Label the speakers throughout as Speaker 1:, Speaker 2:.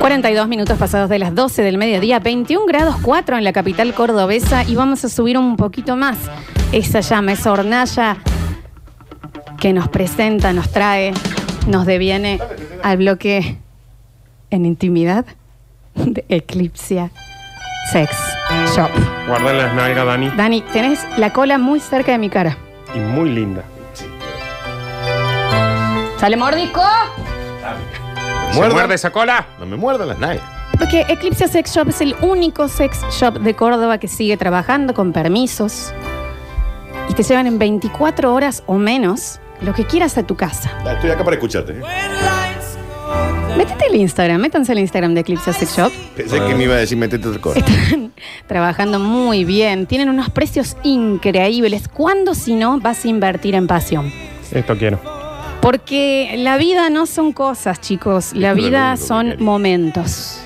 Speaker 1: 42 minutos pasados de las 12 del mediodía, 21 grados 4 en la capital cordobesa y vamos a subir un poquito más esa llama, esa hornalla que nos presenta, nos trae, nos deviene al bloque en intimidad de Eclipsia Sex Shop.
Speaker 2: Guarda las nalgas, Dani.
Speaker 1: Dani, tenés la cola muy cerca de mi cara.
Speaker 2: Y muy linda.
Speaker 1: ¿Sale mordisco?
Speaker 2: ¿Se
Speaker 3: Muerda.
Speaker 2: muerde esa cola?
Speaker 3: No me muerdan las nalgas.
Speaker 1: Porque Eclipse Sex Shop es el único sex shop de Córdoba que sigue trabajando con permisos y te llevan en 24 horas o menos lo que quieras a tu casa.
Speaker 3: Ah, Estoy acá para escucharte. ¿eh?
Speaker 1: Métete el Instagram, métanse al Instagram de Eclipse Sex Shop.
Speaker 3: Pensé que me iba a decir metete otra cosa.
Speaker 1: Trabajando muy bien, tienen unos precios increíbles. ¿Cuándo si no vas a invertir en pasión?
Speaker 2: Esto quiero.
Speaker 1: Porque la vida no son cosas, chicos. La
Speaker 3: Esto es lo
Speaker 1: vida
Speaker 3: único que
Speaker 1: son
Speaker 3: quería.
Speaker 1: momentos.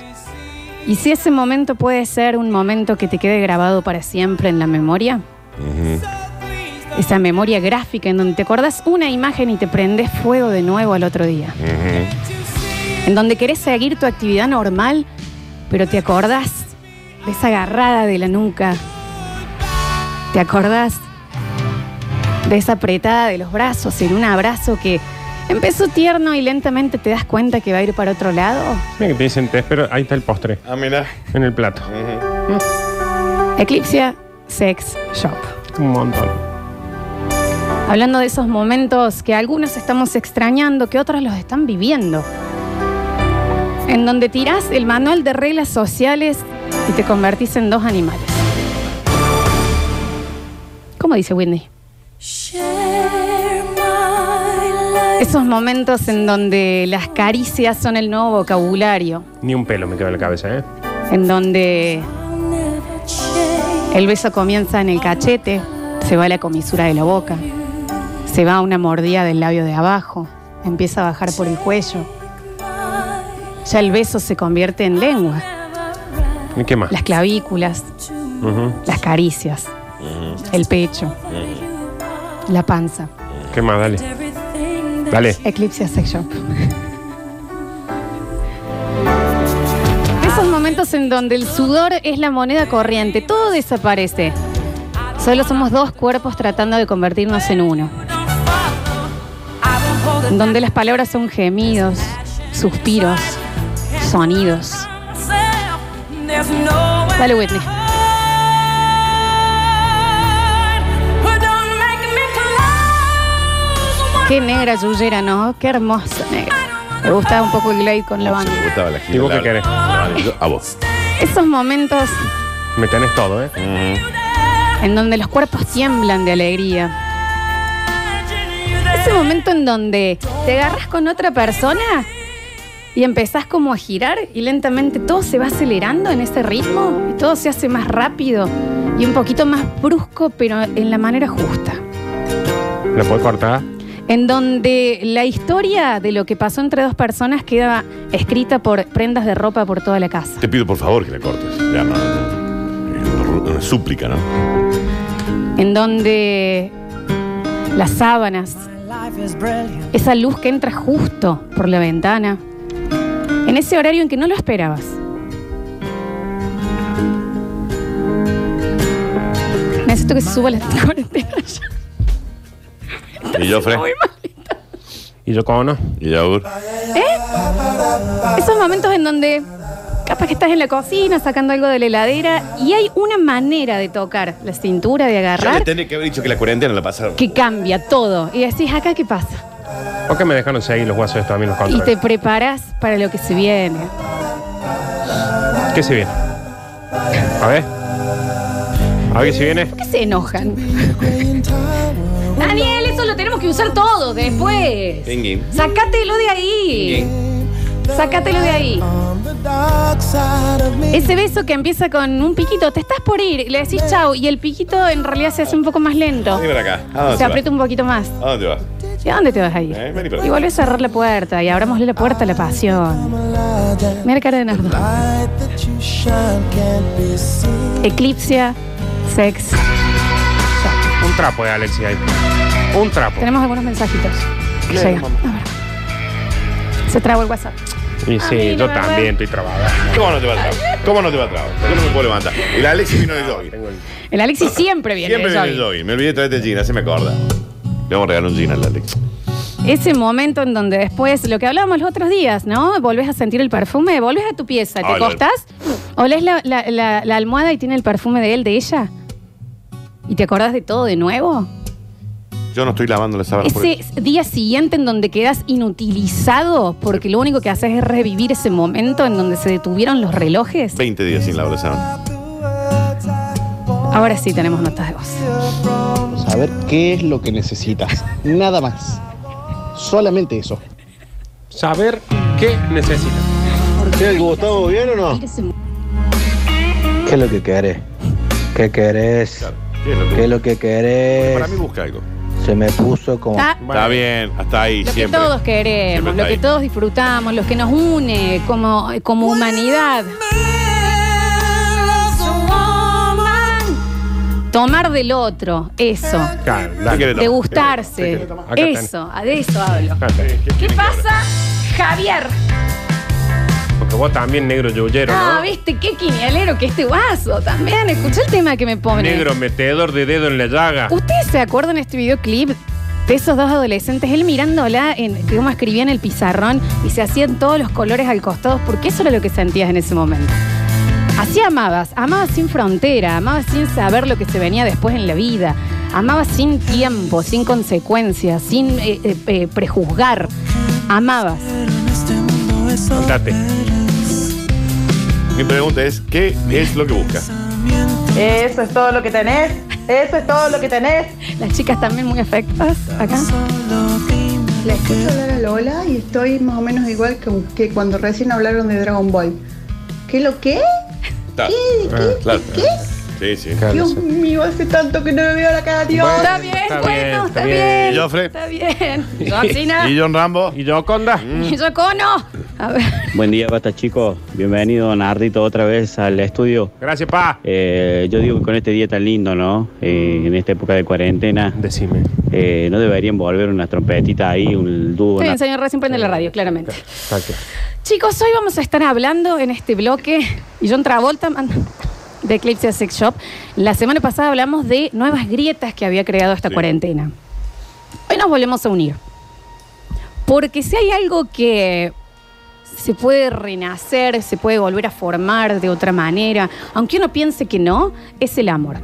Speaker 1: Y si ese momento puede ser un momento que te quede grabado para siempre en la memoria,
Speaker 3: Ujú.
Speaker 1: esa memoria gráfica en donde te acordás una imagen y te prendes fuego de nuevo al otro día,
Speaker 3: Ujú.
Speaker 1: en donde querés seguir tu actividad normal, pero te acordás de esa agarrada de la nuca, te acordás de esa apretada de los brazos en un abrazo que empezó tierno y lentamente te das cuenta que va a ir para otro lado.
Speaker 2: Mira que te dicen, te espero. Ahí está el postre,
Speaker 3: Ah, mira.
Speaker 2: en el plato.
Speaker 3: Ujú.
Speaker 1: Eclipsia Sex Shop.
Speaker 2: Un montón.
Speaker 1: Hablando de esos momentos que algunos estamos extrañando, que otros los están viviendo. En donde tirás el manual de reglas sociales y te convertís en dos animales. ¿Cómo dice Whitney? Esos momentos en donde las caricias son el nuevo vocabulario,
Speaker 2: Ni un pelo me quedó en la cabeza, ¿eh?
Speaker 1: en donde el beso comienza en el cachete, se va a la comisura de la boca, se va a una mordida del labio de abajo, empieza a bajar por el cuello. Ya el beso se convierte en lengua,
Speaker 2: ¿Y qué más?
Speaker 1: las clavículas,
Speaker 2: Ujú.
Speaker 1: las caricias, el pecho, la panza.
Speaker 2: ¿Qué más? Dale. Dale.
Speaker 1: Eclipse Sex Shop. Esos momentos en donde el sudor es la moneda corriente, todo desaparece. Solo somos dos cuerpos tratando de convertirnos en uno. En Donde las palabras son gemidos, suspiros, sonidos. Dale, Whitney. Qué negra yuyera, ¿no? Qué hermosa negra. Me gustaba un poco el glade con la
Speaker 3: No, si
Speaker 1: banda.
Speaker 3: me gustaba la
Speaker 2: ¿Y vos qué querés?
Speaker 3: querés? A vos.
Speaker 1: Esos momentos
Speaker 2: Me tenés todo, ¿eh?
Speaker 3: Ujú.
Speaker 1: en donde los cuerpos tiemblan de alegría. Ese momento en donde te agarras con otra persona y empezás como a girar y lentamente todo se va acelerando en ese ritmo y todo se hace más rápido y un poquito más brusco, pero en la manera justa.
Speaker 2: ¿La puedes cortar?
Speaker 1: En donde la historia de lo que pasó entre dos personas queda escrita por prendas de ropa por toda la casa.
Speaker 3: Te pido por favor que la cortes. Llama. eh, Una súplica, ¿no?
Speaker 1: En donde las sábanas Esa luz que entra justo por la ventana. En ese horario en que no lo esperabas. Necesito que se suba la cuarentena.
Speaker 3: ¿Y yo, Fre?
Speaker 2: ¿Y yo cómo no?
Speaker 3: ¿Y Yagur?
Speaker 1: Esos momentos en donde capaz que estás en la cocina sacando algo de la heladera y hay una manera de tocar la cintura, de
Speaker 3: Ya le
Speaker 1: agarrar,
Speaker 3: tendría que haber dicho que la cuarentena la pasaron.
Speaker 1: que cambia todo. Y decís, acá qué pasa.
Speaker 2: ¿Por qué me dejaron seguir los guasos estos a mí los
Speaker 1: Y te
Speaker 2: controles?
Speaker 1: preparas para lo que se viene.
Speaker 2: ¿Qué se viene? A ver. A ver qué se viene.
Speaker 1: ¿Por qué se enojan? Daniel, eso lo tenemos que usar todos después.
Speaker 3: Pinguín.
Speaker 1: Sácatelo de ahí. Sácatelo de ahí. Ese beso que empieza con un piquito, te estás por ir, le decís chau y el piquito en realidad se hace un poco más lento.
Speaker 3: Vení para acá. ¿A dónde
Speaker 1: Se
Speaker 3: te vas?
Speaker 1: aprieta un poquito más.
Speaker 3: ¿A dónde te vas?
Speaker 1: ¿Y a dónde te vas a ir?
Speaker 3: Eh, vení para
Speaker 1: Y
Speaker 3: acá.
Speaker 1: volvés a cerrar la puerta y abramosle la puerta a la pasión. Mira la cara de Nardo. Eclipsia, sex.
Speaker 2: Un trapo de Alexi ahí. Un trapo.
Speaker 1: Tenemos algunos mensajitos. que
Speaker 3: Léelo,
Speaker 1: llegan.
Speaker 3: mamá.
Speaker 1: A ver. Se trabó el WhatsApp.
Speaker 2: Y
Speaker 1: A mí
Speaker 2: sí,
Speaker 1: no
Speaker 2: yo
Speaker 1: me
Speaker 2: también estoy trabajando.
Speaker 3: ¿Cómo no te va a trabar? ¿Cómo no te va a trabar? Yo no me puedo levantar. El Alexis vino de jogging.
Speaker 1: El Alexis siempre viene
Speaker 3: Siempre
Speaker 1: de
Speaker 3: viene de
Speaker 1: jogging.
Speaker 3: jogging. Me olvidé de traerte el jean, así me acorda. Le vamos a regalar un jean al Alexis.
Speaker 1: Ese momento en donde después, lo que hablábamos los otros días, ¿no? Volvés a sentir el perfume, volvés a tu pieza, te
Speaker 3: Ay,
Speaker 1: costás, olés la, la- la- la almohada y tiene el perfume de él, de ella. ¿Y te acordás de todo de nuevo?
Speaker 3: Yo no estoy lavando las sábanas por
Speaker 1: Ese día siguiente en donde quedas inutilizado porque lo único que haces es revivir ese momento en donde se detuvieron los relojes.
Speaker 3: 20 días sin lavar las sábanas.
Speaker 1: Ahora sí tenemos notas de voz.
Speaker 4: saber qué es lo que necesitas. Nada más. Solamente eso.
Speaker 2: Saber qué necesitas.
Speaker 5: ¿Qué, Gustavo, bien o no? ¿Qué es lo que querés? ¿Qué querés?
Speaker 3: Claro. ¿Qué es lo que-
Speaker 5: ¿Qué es lo que
Speaker 3: Para
Speaker 5: querés?
Speaker 3: mí busca algo.
Speaker 5: Se me puso como...
Speaker 1: Está
Speaker 2: Bueno.
Speaker 3: Está bien, hasta ahí
Speaker 1: Lo
Speaker 3: siempre.
Speaker 1: que todos queremos,
Speaker 3: Siempre
Speaker 1: lo
Speaker 3: está
Speaker 1: que
Speaker 3: ahí.
Speaker 1: todos disfrutamos, lo que nos une como, como humanidad. Tomar del otro, eso.
Speaker 2: Claro,
Speaker 3: ¿Qué
Speaker 2: dale.
Speaker 3: querés tomar? ¿Qué
Speaker 1: Degustarse.
Speaker 3: querés tomar?
Speaker 2: Acá tenés.
Speaker 1: Eso, de eso hablo.
Speaker 2: Ah, sí.
Speaker 1: ¿Qué pasa, Javier?
Speaker 2: Porque vos también, negro yuyero, ¿no?
Speaker 1: Ah, viste, qué quinielero que este guaso también. Escucha el tema que me pone.
Speaker 2: Negro metedor de dedo en la llaga.
Speaker 1: ¿Ustedes se acuerdan de este videoclip de esos dos adolescentes? Él mirándola en cómo escribía en el pizarrón y se hacían todos los colores al costado, porque eso era lo que sentías en ese momento. Así amabas, amabas sin frontera, amabas sin saber lo que se venía después en la vida, amabas sin tiempo, sin consecuencias, sin eh, eh, eh, prejuzgar, amabas.
Speaker 2: Andate.
Speaker 3: Mi pregunta es, ¿qué es lo que busca?
Speaker 6: Eso es todo lo que tenés. Eso es todo lo que tenés.
Speaker 1: Las chicas también muy afectas acá.
Speaker 7: La escucho hablar a Lola y estoy más o menos igual que, que cuando recién hablaron de Dragon Ball. ¿Qué lo qué?
Speaker 3: Está.
Speaker 7: ¿Qué?
Speaker 2: Ah,
Speaker 7: ¿Qué?
Speaker 3: Claro.
Speaker 7: ¿Qué?
Speaker 3: Sí, sí.
Speaker 7: Dios mío, hace tanto que no me veo la cara, Dios.
Speaker 1: Está bien,
Speaker 2: está bien,
Speaker 1: bueno,
Speaker 2: está
Speaker 1: está
Speaker 2: bien.
Speaker 1: bien.
Speaker 3: ¿Y Joffre?
Speaker 1: Está bien. John Cena.
Speaker 3: ¿Y John Rambo?
Speaker 2: ¿Y yo, Conda?
Speaker 1: Y yo cono. A ver.
Speaker 8: Buen día, basta chicos. Bienvenido, Nardito, otra vez al estudio.
Speaker 2: Gracias, pa.
Speaker 8: Eh, yo digo que con este día tan lindo, ¿no? Eh, en esta época de cuarentena,
Speaker 2: Decime.
Speaker 8: eh, no deberían volver unas trompetitas ahí, un dúo.
Speaker 1: Está
Speaker 8: una-
Speaker 1: bien, señor, recién prende la radio, claramente.
Speaker 2: Está claro.
Speaker 1: Chicos, hoy vamos a estar hablando en este bloque, y John Travolta, man, de Eclipse Sex Shop. La semana pasada hablamos de nuevas grietas que había creado esta
Speaker 3: Sí.
Speaker 1: cuarentena. Hoy nos volvemos a unir. Porque si hay algo que se puede renacer, se puede volver a formar de otra manera, aunque uno piense que no, es el amor.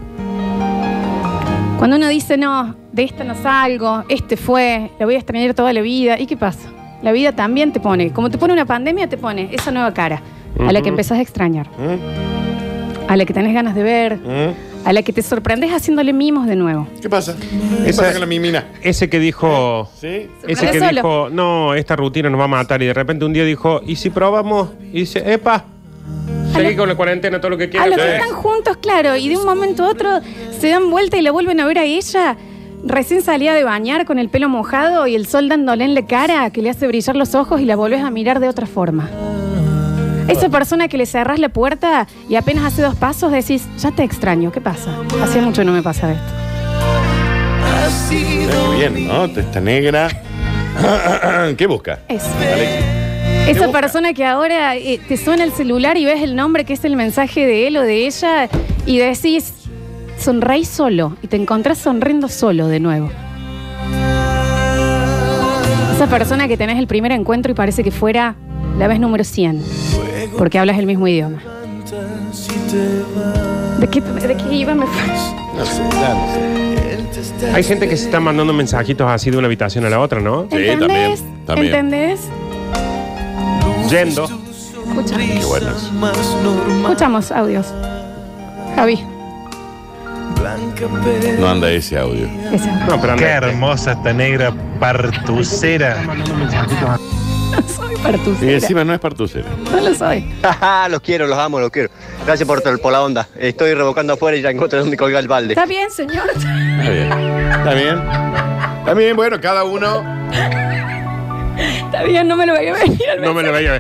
Speaker 1: Cuando uno dice, no, de esta no salgo, este fue, la voy a extrañar toda la vida, ¿y qué pasa? La vida también te pone, como te pone una pandemia, te pone esa nueva cara, a la que empezás a extrañar,
Speaker 3: ¿Mm?
Speaker 1: a la que tenés ganas de ver,
Speaker 3: ¿Mm?
Speaker 1: a la que te sorprendes haciéndole mimos de nuevo.
Speaker 3: ¿Qué pasa? ¿Qué
Speaker 2: Esa-
Speaker 3: pasa con la mimina?
Speaker 2: Ese que dijo.
Speaker 3: ¿Sí?
Speaker 2: Ese
Speaker 1: Pero
Speaker 2: que
Speaker 1: solo.
Speaker 2: dijo, no, esta rutina nos va a matar. Y de repente un día dijo, ¿y si probamos? Y dice, epa, seguí con la cuarentena, todo lo que
Speaker 1: A
Speaker 2: quieras.
Speaker 1: los que
Speaker 3: Sí.
Speaker 1: están juntos, claro, y de un momento a otro se dan vuelta y la vuelven a ver a ella. Recién salía de bañar con el pelo mojado y el sol dándole en la cara que le hace brillar los ojos y la volvés a mirar de otra forma. Esa persona que le cerrás la puerta y apenas hace dos pasos decís, ya te extraño, ¿qué pasa? Hacía mucho que no me pasa esto.
Speaker 3: Está muy bien, ¿no? Está negra. ¿Qué busca?
Speaker 1: Eso.
Speaker 3: Alexis.
Speaker 1: Esa
Speaker 3: busca?
Speaker 1: persona que ahora eh, te suena el celular y ves el nombre que es el mensaje de él o de ella y decís, sonreí solo y te encontrás sonriendo solo de nuevo. Esa persona que tenés el primer encuentro y parece que fuera la vez número 100, porque hablas el mismo idioma. ¿De qué, de qué iba? Me fue.
Speaker 3: No sé, ya no sé.
Speaker 2: Hay gente que se está mandando mensajitos así de una habitación a la otra, ¿no?
Speaker 3: Sí, también,
Speaker 1: ¿Entendés?
Speaker 3: también.
Speaker 1: ¿Entendés?
Speaker 2: Yendo.
Speaker 1: Escucha.
Speaker 3: Qué bueno.
Speaker 1: Escuchamos audios. Javi,
Speaker 3: No anda ese audio.
Speaker 1: ese audio.
Speaker 2: No, pero
Speaker 9: Qué
Speaker 2: anda.
Speaker 9: hermosa esta negra partucera.
Speaker 1: No soy partucera.
Speaker 3: Y encima no es partucera.
Speaker 1: No lo soy.
Speaker 5: Ah, los quiero, los amo, los quiero. Gracias por, por la onda. Estoy revocando afuera y ya encontré dónde colgar el balde.
Speaker 1: Está bien, señor.
Speaker 3: Está bien. Está bien. Está bien, bueno, cada uno.
Speaker 1: Está bien, no me lo voy a venir al
Speaker 2: No me la veía.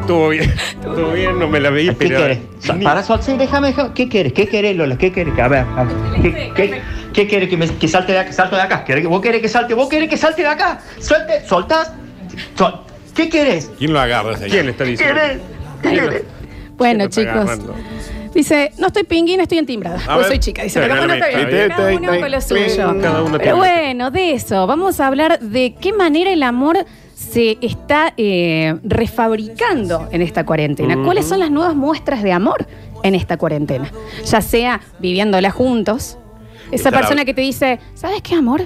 Speaker 2: Estuvo bien. Estuvo bien, no me la veía,
Speaker 10: ¿Qué
Speaker 2: pero.
Speaker 10: querés? Para sol, sí, déjame, déjame. ¿Qué querés? ¿Qué querés, Lola? ¿Qué querés? A ver, a ver. ¿Qué, qué, qué querés? Que, me- que salte de acá, que salto de acá. ¿Querés que- ¿Vos querés que salte? ¿Vos querés que salte de acá? Suelte, soltás. Sol- ¿Qué querés?
Speaker 3: ¿Quién lo agarra, señor?
Speaker 2: ¿Quién le está diciendo? ¿Quién lo-
Speaker 1: Bueno,
Speaker 2: quién lo está
Speaker 1: chicos.
Speaker 2: agarrando?
Speaker 1: Dice, no estoy pinguín, estoy entimbrada.
Speaker 3: A
Speaker 1: Pues
Speaker 3: ver.
Speaker 1: soy chica, dice.
Speaker 2: Sí,
Speaker 1: Pero bueno,
Speaker 2: realmente.
Speaker 1: está bien.
Speaker 3: Ahí está,
Speaker 1: Cada
Speaker 3: ahí
Speaker 1: uno
Speaker 3: está,
Speaker 1: con lo
Speaker 3: ahí está.
Speaker 1: suyo.
Speaker 2: Cada uno
Speaker 1: Pero
Speaker 2: tiene-
Speaker 1: bueno, de eso. Vamos a hablar de qué manera el amor se está eh, refabricando en esta cuarentena. ¿Cuáles son las nuevas muestras de amor en esta cuarentena? Ya sea viviéndola juntos. Esa
Speaker 3: Está la-
Speaker 1: persona que te dice, ¿sabes qué, amor?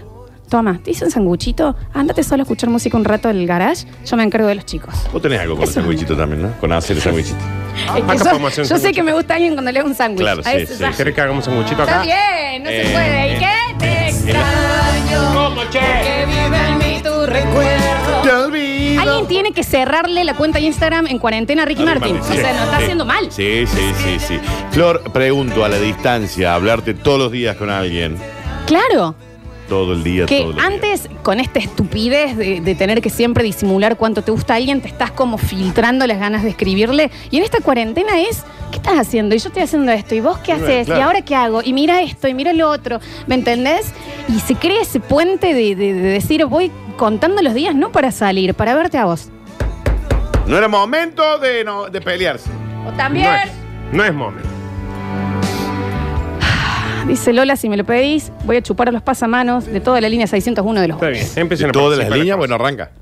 Speaker 1: Toma, te hice un sanguchito, ándate solo a escuchar música un rato en el garage, yo me encargo de los chicos.
Speaker 3: Vos tenés algo con el
Speaker 1: Eso.
Speaker 3: sandwichito también, ¿no? Con hacer el sandwichito.
Speaker 1: Es que
Speaker 2: Acá
Speaker 1: yo-
Speaker 2: podemos hacer un
Speaker 1: yo sé
Speaker 2: sándwich.
Speaker 1: que me gusta alguien cuando le hago un sándwich.
Speaker 3: Claro,
Speaker 1: A
Speaker 3: sí,
Speaker 1: eso
Speaker 3: sí,
Speaker 1: ya-
Speaker 3: sí.
Speaker 2: ¿Querés que hagamos un muchito
Speaker 1: Está
Speaker 2: acá?
Speaker 1: bien, no se
Speaker 3: Eh,
Speaker 1: puede. ¿Y
Speaker 3: eh,
Speaker 1: qué te extraño?
Speaker 2: ¿Cómo, che?
Speaker 1: Que vive en mí tu recuerdo.
Speaker 3: Te olvido.
Speaker 1: Alguien tiene que cerrarle la cuenta de Instagram en cuarentena a Ricky
Speaker 3: Ricky
Speaker 1: Martin.
Speaker 3: Martin,
Speaker 1: O
Speaker 3: sí.
Speaker 1: sea, nos está
Speaker 3: Sí.
Speaker 1: haciendo mal.
Speaker 3: Sí, sí, sí, sí. Flor, pregunto a la distancia, hablarte todos los días con alguien.
Speaker 1: Claro,
Speaker 3: Todo el día,
Speaker 1: que
Speaker 3: todo el día.
Speaker 1: antes, con esta estupidez de, de tener que siempre disimular cuánto te gusta a alguien, te estás como filtrando las ganas de escribirle. Y en esta cuarentena es, ¿qué estás haciendo? Y yo estoy haciendo esto. ¿Y vos qué
Speaker 3: Sí,
Speaker 1: haces?
Speaker 3: claro.
Speaker 1: ¿Y ahora qué hago? Y mira esto, y mira lo otro. ¿Me entendés? Y se crea ese puente de, de- de decir, voy contando los días, no para salir, para verte a vos.
Speaker 3: No era momento de, no- de pelearse.
Speaker 1: O
Speaker 2: No
Speaker 1: también.
Speaker 2: es, no es momento.
Speaker 1: Ah, Dice Lola, si me lo pedís, voy a chupar a los pasamanos de toda la línea 601 de los
Speaker 2: Está bien. Empiecen
Speaker 3: De
Speaker 2: a
Speaker 3: todas las
Speaker 2: participar.
Speaker 3: líneas, bueno, arranca.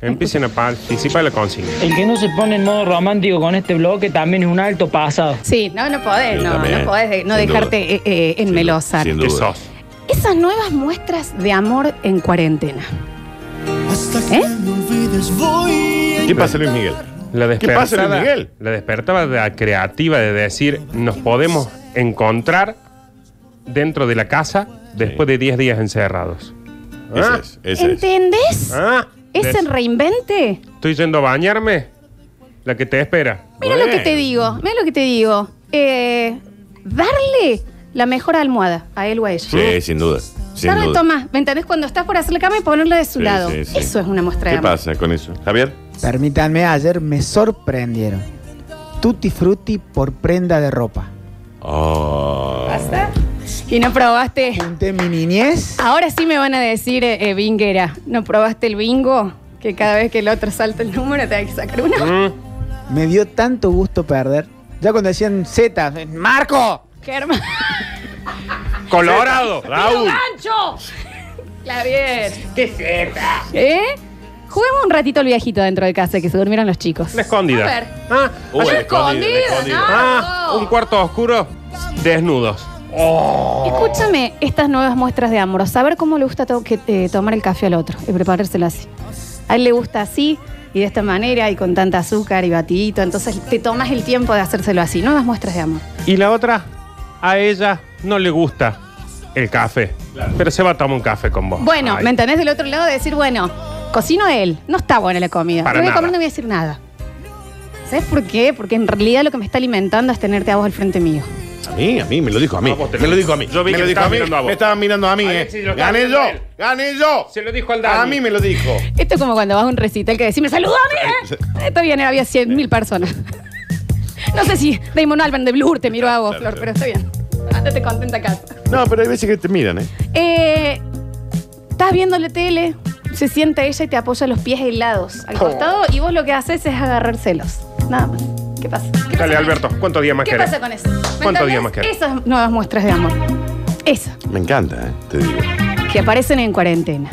Speaker 2: Empiecen a participar de la consigna.
Speaker 5: El que no se pone en modo romántico con este bloque también es un alto pasado.
Speaker 1: Sí, no, no podés,
Speaker 3: Yo
Speaker 1: no,
Speaker 3: también,
Speaker 1: no podés de- no
Speaker 3: sin
Speaker 1: dejarte eh, eh,
Speaker 3: Sin
Speaker 1: enmelozar.
Speaker 3: duda, sin
Speaker 2: ¿Qué
Speaker 3: duda.
Speaker 2: sos?
Speaker 1: Esas nuevas muestras de amor en cuarentena. ¿Eh?
Speaker 3: ¿Qué pasa, Luis Miguel?
Speaker 2: La
Speaker 3: ¿Qué pasa,
Speaker 2: despertada-
Speaker 3: Luis Miguel?
Speaker 2: La despertaba de la creativa de decir, nos podemos encontrar dentro de la casa después de 10 días encerrados.
Speaker 3: Ese
Speaker 2: ¿Ah?
Speaker 3: es, ese es.
Speaker 1: ¿Entendés?
Speaker 2: ¿Ah?
Speaker 1: ¿Es el
Speaker 2: Des-
Speaker 1: reinvente?
Speaker 2: Estoy yendo a bañarme. La que te espera.
Speaker 1: Mira lo que te digo, mira lo que te digo. Eh, darle la mejor almohada a él o a ella.
Speaker 3: Sí, sin duda. Sin
Speaker 1: Darle,
Speaker 3: duda.
Speaker 1: Tomás, ¿me entendés? Cuando estás por hacer la cama y ponerla de su
Speaker 3: Sí,
Speaker 1: lado.
Speaker 3: sí, sí.
Speaker 1: Eso es una muestra de
Speaker 3: ¿Qué
Speaker 1: amor.
Speaker 3: pasa con eso? Javier,
Speaker 4: Permítanme, ayer me sorprendieron. Tutti frutti por prenda de ropa.
Speaker 3: Oh.
Speaker 1: ¿Pasa? Y no probaste.
Speaker 4: Junté mi niñez.
Speaker 1: Ahora sí me van a decir, eh, eh, binguera, ¿no probaste el bingo? Que cada vez que el otro salta el número te hay que sacar uno.
Speaker 2: Mm,
Speaker 4: Me dio tanto gusto perder. Ya cuando decían Z, Marco.
Speaker 1: ¡Qué hermano!
Speaker 2: Colorado.
Speaker 1: ¡Pero
Speaker 2: Raúl.
Speaker 1: gancho! Clavier. ¡Qué fiesta! ¿Eh? Juguemos un ratito el viajito dentro de casa que se durmieron los chicos.
Speaker 2: Una escondida.
Speaker 1: A ver.
Speaker 2: Ah,
Speaker 3: Uh,
Speaker 2: ayer-
Speaker 1: escondido,
Speaker 3: escondido.
Speaker 1: no.
Speaker 2: ah, un cuarto oscuro. Desnudos.
Speaker 1: Escúchame estas nuevas muestras de amor. Saber cómo le gusta to- que, eh, tomar el café al otro y preparárselo así. A él le gusta así y de esta manera y con tanta azúcar y batidito. Entonces te tomas el tiempo de hacérselo así. Nuevas muestras de amor.
Speaker 2: Y la otra, a ella no le gusta el café. Pero se va a tomar un café con vos.
Speaker 1: Bueno,
Speaker 2: Ay.
Speaker 1: ¿me entendés del otro lado? De decir, bueno, cocino él. No está buena la comida. no
Speaker 2: Para
Speaker 1: voy a
Speaker 2: nada.
Speaker 1: comer, no voy a decir nada. ¿Sabes por qué? Porque en realidad lo que me está alimentando es tenerte a vos al frente mío.
Speaker 3: A mí, a mí, me lo dijo a mí.
Speaker 2: A Ah, vos te
Speaker 3: me
Speaker 2: lo
Speaker 3: lo
Speaker 2: dijo.
Speaker 3: dijo a mí.
Speaker 2: Yo vi
Speaker 3: me
Speaker 2: que
Speaker 3: lo
Speaker 2: te
Speaker 3: dijo a
Speaker 2: estaban
Speaker 3: mí.
Speaker 2: mirando a vos.
Speaker 3: Me estaban mirando a mí,
Speaker 2: Ay,
Speaker 3: ¿eh?
Speaker 2: sí, lo estaba
Speaker 3: gané
Speaker 2: mirando
Speaker 3: yo.
Speaker 2: a él.
Speaker 3: Gané yo.
Speaker 2: Se lo dijo al Dani.
Speaker 3: A mí me lo dijo.
Speaker 1: Esto es como cuando vas a un recital que decís, me saludó a mí, ¿eh? Está bien, había 100.000 mil personas. No sé si Damon Alban de Blur te miró a vos, Flor, pero está bien. Ándate contenta a casa.
Speaker 3: No, pero hay veces que te miran, ¿eh?
Speaker 1: Eh, estás viendo la tele, se sienta ella y te apoya los pies helados
Speaker 2: Oh.
Speaker 1: al costado y vos lo que haces es agarrárselos. Nada más. ¿Qué pasa? ¿Qué pasa
Speaker 2: Dale,
Speaker 1: con
Speaker 2: Alberto,
Speaker 1: eso?
Speaker 2: ¿cuántos días más
Speaker 1: ¿Qué
Speaker 2: querés?
Speaker 1: pasa con eso? ¿Me
Speaker 2: ¿Cuántos
Speaker 1: entendés?
Speaker 2: días más querés?
Speaker 1: Esas nuevas muestras de amor. Esas
Speaker 3: Me encanta, ¿eh? Te digo.
Speaker 1: que aparecen en cuarentena.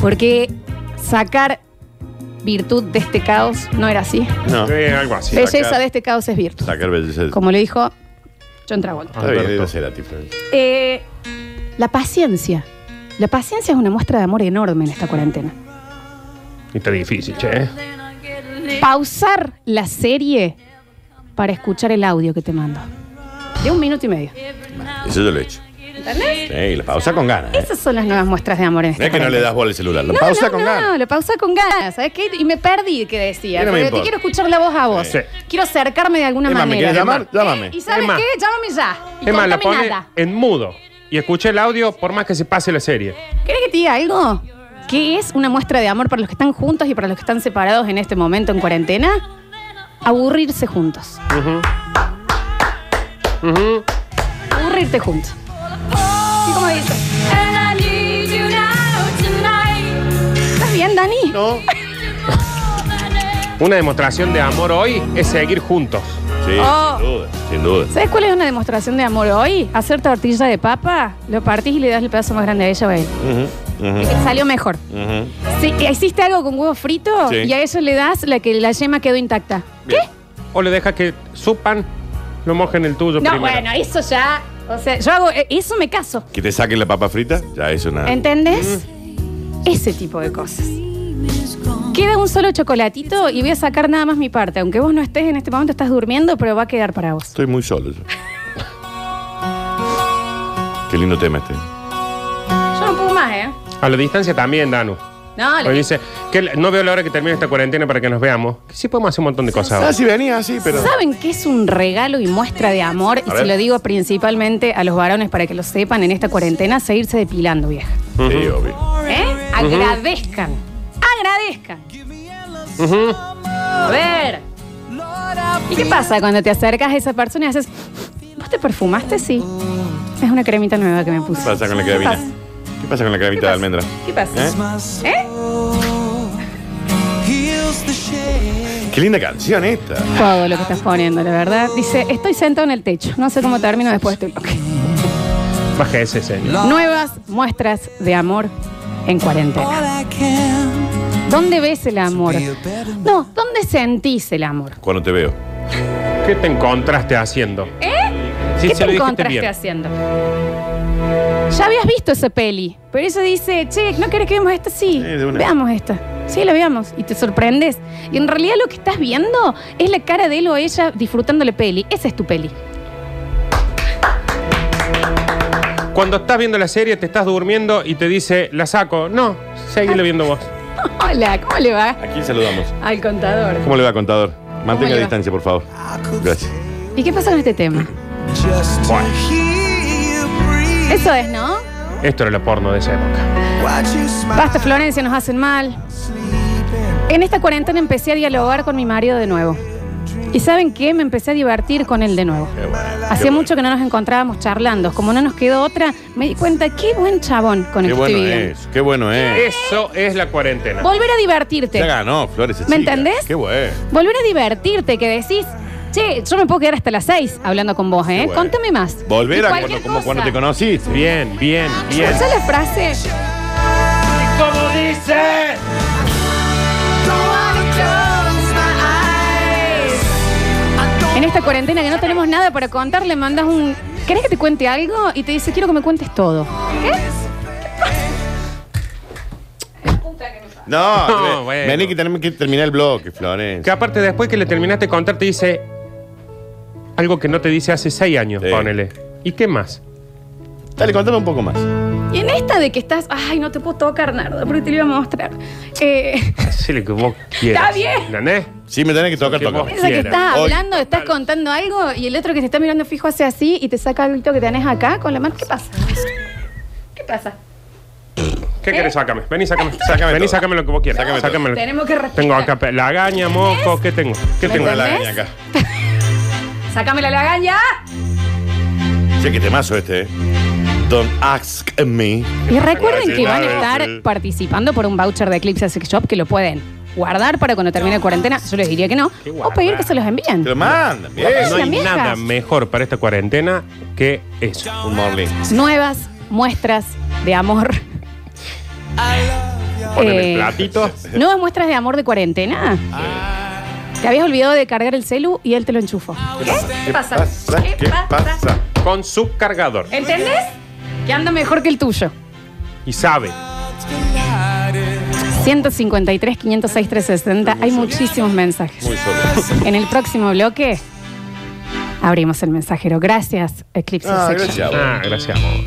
Speaker 1: Porque sacar virtud de este caos no era así.
Speaker 3: No.
Speaker 2: Eh, algo así.
Speaker 1: Belleza
Speaker 3: sacar-
Speaker 1: de este caos es virtud.
Speaker 3: Sacar belleza. Está
Speaker 1: Como lo dijo John Travolta.
Speaker 3: bien,
Speaker 2: Alberto.
Speaker 3: debe ser a ti, Flor.
Speaker 1: Eh, la paciencia. La paciencia es una muestra de amor enorme en esta cuarentena.
Speaker 2: Y está difícil, che. ¿eh?
Speaker 1: Pausar la serie para escuchar el audio que te mando. De un minuto y medio.
Speaker 3: Eso yo lo he hecho.
Speaker 1: ¿Entendés?
Speaker 3: Sí, la pausa con ganas, ¿eh?
Speaker 1: Esas son las nuevas muestras de amor en
Speaker 3: No
Speaker 1: esta
Speaker 3: es que no
Speaker 1: cuarentena.
Speaker 3: le das bola al celular. La
Speaker 1: No,
Speaker 3: pausa
Speaker 1: no,
Speaker 3: con
Speaker 1: no,
Speaker 3: ganas.
Speaker 1: lo pausa con ganas, ¿sabes qué? Y me perdí que decía,
Speaker 3: Y no
Speaker 1: porque
Speaker 3: me
Speaker 1: te
Speaker 3: importa.
Speaker 1: quiero escuchar la voz a vos.
Speaker 2: Sí.
Speaker 1: Quiero acercarme de alguna
Speaker 3: Emma, ¿me
Speaker 1: manera.
Speaker 3: quieres llamar? Llámame.
Speaker 1: Y sabes
Speaker 2: Emma.
Speaker 1: qué, llámame ya. Y
Speaker 2: Es más, la
Speaker 1: contame
Speaker 2: pone
Speaker 1: nada.
Speaker 2: en mudo. Y escuché el audio por más que se pase la serie.
Speaker 1: ¿Querés que te diga algo? ¿Qué es una muestra de amor para los que están juntos y para los que están separados en este momento en cuarentena? Aburrirse juntos.
Speaker 2: Ujú.
Speaker 1: Aburrirte juntos. ¿Y cómo dice? ¿Estás bien, Dani?
Speaker 3: No.
Speaker 2: Una demostración de amor hoy es seguir juntos.
Speaker 3: Sí,
Speaker 1: Oh.
Speaker 3: sin duda, sin duda.
Speaker 1: ¿Sabes cuál es una demostración de amor hoy? Hacer tortilla de papa, lo partís y le das el pedazo más grande a ella o a él.
Speaker 3: Ujú, ujú,
Speaker 1: Salió mejor.
Speaker 3: ujú.
Speaker 1: Sí, eh, hiciste algo con huevo frito
Speaker 3: Sí.
Speaker 1: y a eso le das la que la yema quedó intacta.
Speaker 3: Bien.
Speaker 2: O le dejas que supan, lo mojen el tuyo
Speaker 1: No,
Speaker 2: primero.
Speaker 1: bueno, eso ya. O sea, yo hago. eh, Eso me caso.
Speaker 3: Que te saquen la papa frita, ya eso nada.
Speaker 1: ¿Entendés? Ese tipo de cosas. Queda un solo chocolatito y voy a sacar nada más mi parte. Aunque vos no estés en este momento, estás durmiendo, pero va a quedar para vos.
Speaker 3: Estoy muy solo yo. Qué lindo tema este.
Speaker 1: Yo no puedo más, ¿eh?
Speaker 2: A la distancia también, Danu.
Speaker 1: No,
Speaker 2: Hoy
Speaker 1: le-
Speaker 2: dice que la- no veo la hora que termine esta cuarentena para que nos veamos. Que sí podemos hacer un montón de cosas ahora.
Speaker 3: Ah, sí venía, así, pero.
Speaker 1: ¿Saben qué es un regalo y muestra de amor? Y
Speaker 3: A
Speaker 1: se
Speaker 3: ver.
Speaker 1: lo digo principalmente a los varones para que lo sepan en esta cuarentena, seguirse depilando, vieja.
Speaker 3: Sí, obvio.
Speaker 1: ¿Eh? Agradezcan. Agradezcan.
Speaker 2: Ujú.
Speaker 1: A ver. ¿Y qué pasa cuando te acercas a esa persona y haces. ¿Vos te perfumaste? Sí. Es una cremita nueva que me puse.
Speaker 3: ¿Qué pasa con la cremita?
Speaker 1: pasa?
Speaker 3: ¿Qué pasa con la cremita de almendra?
Speaker 1: ¿Qué pasa?
Speaker 3: ¿Eh?
Speaker 1: ¿Eh?
Speaker 3: Qué linda canción esta.
Speaker 1: Todo lo que estás poniendo, la verdad. Dice, estoy sentado en el techo. No sé cómo termino después de este bloque.
Speaker 2: Baja ese señor.
Speaker 1: Nuevas muestras de amor en cuarentena. ¿Dónde ves el amor? No, ¿dónde sentís el amor?
Speaker 3: Cuando te veo.
Speaker 2: ¿Qué te encontraste haciendo? ¿Eh? Sí,
Speaker 1: ¿Qué
Speaker 2: se lo
Speaker 1: te
Speaker 2: dijiste
Speaker 1: encontraste
Speaker 2: bien.
Speaker 1: haciendo? Ya habías visto esa peli, pero eso dice, che, ¿no querés que veamos esta? Sí,
Speaker 3: Sí, de una.
Speaker 1: veamos esta. Sí, la veamos. Y te sorprendes. Y en realidad lo que estás viendo es la cara de él o ella disfrutando la peli. Esa es tu peli.
Speaker 2: Cuando estás viendo la serie, te estás durmiendo y te dice, la saco. No, seguile viendo vos.
Speaker 1: Hola, ¿cómo le va?
Speaker 3: ¿A quién saludamos?
Speaker 1: Al contador.
Speaker 3: ¿Cómo le va, contador?
Speaker 1: le
Speaker 3: Mantenga
Speaker 1: va?
Speaker 3: la distancia, por favor. Gracias.
Speaker 1: ¿Y qué pasa con este tema?
Speaker 2: Bueno,
Speaker 1: Eso es, ¿no?
Speaker 2: esto era lo porno de esa época.
Speaker 1: Basta, Florencia, nos hacen mal. En esta cuarentena empecé a dialogar con mi marido de nuevo. ¿Y saben qué? Me empecé a divertir con él de nuevo.
Speaker 3: Qué bueno,
Speaker 1: Hacía
Speaker 3: qué
Speaker 1: mucho que no nos encontrábamos charlando. Como no nos quedó otra, me di cuenta, qué buen chabón con
Speaker 3: bueno.
Speaker 1: el
Speaker 3: Qué
Speaker 1: que estoy
Speaker 3: bueno
Speaker 1: viviendo.
Speaker 3: es, qué bueno es.
Speaker 2: Eso es la cuarentena.
Speaker 1: Volver a divertirte.
Speaker 3: Ya ganó, Flores. esa
Speaker 1: ¿Me
Speaker 3: chica.
Speaker 1: entendés?
Speaker 3: Qué bueno.
Speaker 1: Volver a divertirte, que decís, che, yo me puedo quedar hasta las seis hablando con vos, ¿eh?
Speaker 3: bueno.
Speaker 1: Contame más.
Speaker 3: Volver
Speaker 1: Y
Speaker 3: a
Speaker 1: cualquier
Speaker 3: cuando, como cuando te
Speaker 1: cosa.
Speaker 3: conociste.
Speaker 2: Bien, bien, bien.
Speaker 1: ¿Escuchás la frase?
Speaker 2: ¿Cómo dice?
Speaker 1: En esta cuarentena que no tenemos nada para contar, le mandas un. ¿Querés que te cuente algo? Y te dice, quiero que me cuentes todo.
Speaker 3: No,
Speaker 2: No,
Speaker 3: ve-
Speaker 2: bueno.
Speaker 3: vení que tenemos que terminar el bloque, Flores.
Speaker 2: Que aparte después que le terminaste de contar te dice algo que no te dice hace seis años,
Speaker 3: Sí.
Speaker 2: ponele. ¿Y qué más?
Speaker 3: Dale, contame un poco más.
Speaker 1: Y en esta de que estás, ay, no te puedo tocar, Nardo, porque te lo iba a mostrar. Eh,
Speaker 2: Hacé lo que vos quieras.
Speaker 1: Está bien.
Speaker 2: ¿Entendés?
Speaker 3: Sí, me tenés que tocar,
Speaker 2: Que
Speaker 3: tocar.
Speaker 2: vos-
Speaker 1: Piensa que
Speaker 2: Quiera.
Speaker 1: estás
Speaker 3: Hoy.
Speaker 1: hablando, estás contando algo y el otro que te está mirando fijo hace así y te saca algo que tenés acá con la mano. ¿Qué pasa? ¿Qué pasa?
Speaker 2: ¿Qué querés? Sácame. Vení, sácame.
Speaker 3: Sácame
Speaker 2: Vení,
Speaker 3: todo.
Speaker 2: sácame lo que vos quieras.
Speaker 3: Sácame todo.
Speaker 2: Sácame lo-
Speaker 1: ¿Eh? Tenemos que respirar.
Speaker 2: Tengo acá pe- lagaña, moco. ¿Qué tengo? ¿Qué
Speaker 1: ¿Me
Speaker 2: tengo?
Speaker 3: Tengo la
Speaker 1: ¿Entendés?
Speaker 3: lagaña acá.
Speaker 1: Sácame la lagaña.
Speaker 3: Che, qué temazo este, eh. Don't ask me.
Speaker 1: Y recuerden
Speaker 3: Sí,
Speaker 1: que van a
Speaker 3: nada,
Speaker 1: estar
Speaker 3: sí.
Speaker 1: participando por un voucher de Eclipse Sex Shop que lo pueden guardar para cuando termine la cuarentena. Yo les diría que no.
Speaker 2: Qué
Speaker 1: O pedir que se los envíen.
Speaker 3: Te lo mandan, bien.
Speaker 1: Ay,
Speaker 2: No
Speaker 1: la
Speaker 2: hay
Speaker 1: vieja.
Speaker 2: nada mejor para esta cuarentena que eso.
Speaker 3: Un morning.
Speaker 1: Nuevas muestras de amor.
Speaker 2: Poneme
Speaker 1: Eh,
Speaker 2: el platito.
Speaker 1: Nuevas muestras de amor de cuarentena. Te habías olvidado de cargar el celu y él te lo enchufó.
Speaker 3: ¿Qué pasa? ¿Qué pasa?
Speaker 2: Con su cargador.
Speaker 1: ¿Entendés? Que anda mejor que el tuyo.
Speaker 2: Y sabe.
Speaker 1: 153, 506, 360. Hay muchísimos mensajes.
Speaker 3: Muy solo.
Speaker 1: En el próximo bloque abrimos el mensajero. Gracias, Eclipse
Speaker 3: Ah,
Speaker 1: Sex Shop.
Speaker 3: gracias. a vos.
Speaker 2: Ah, gracias. amor.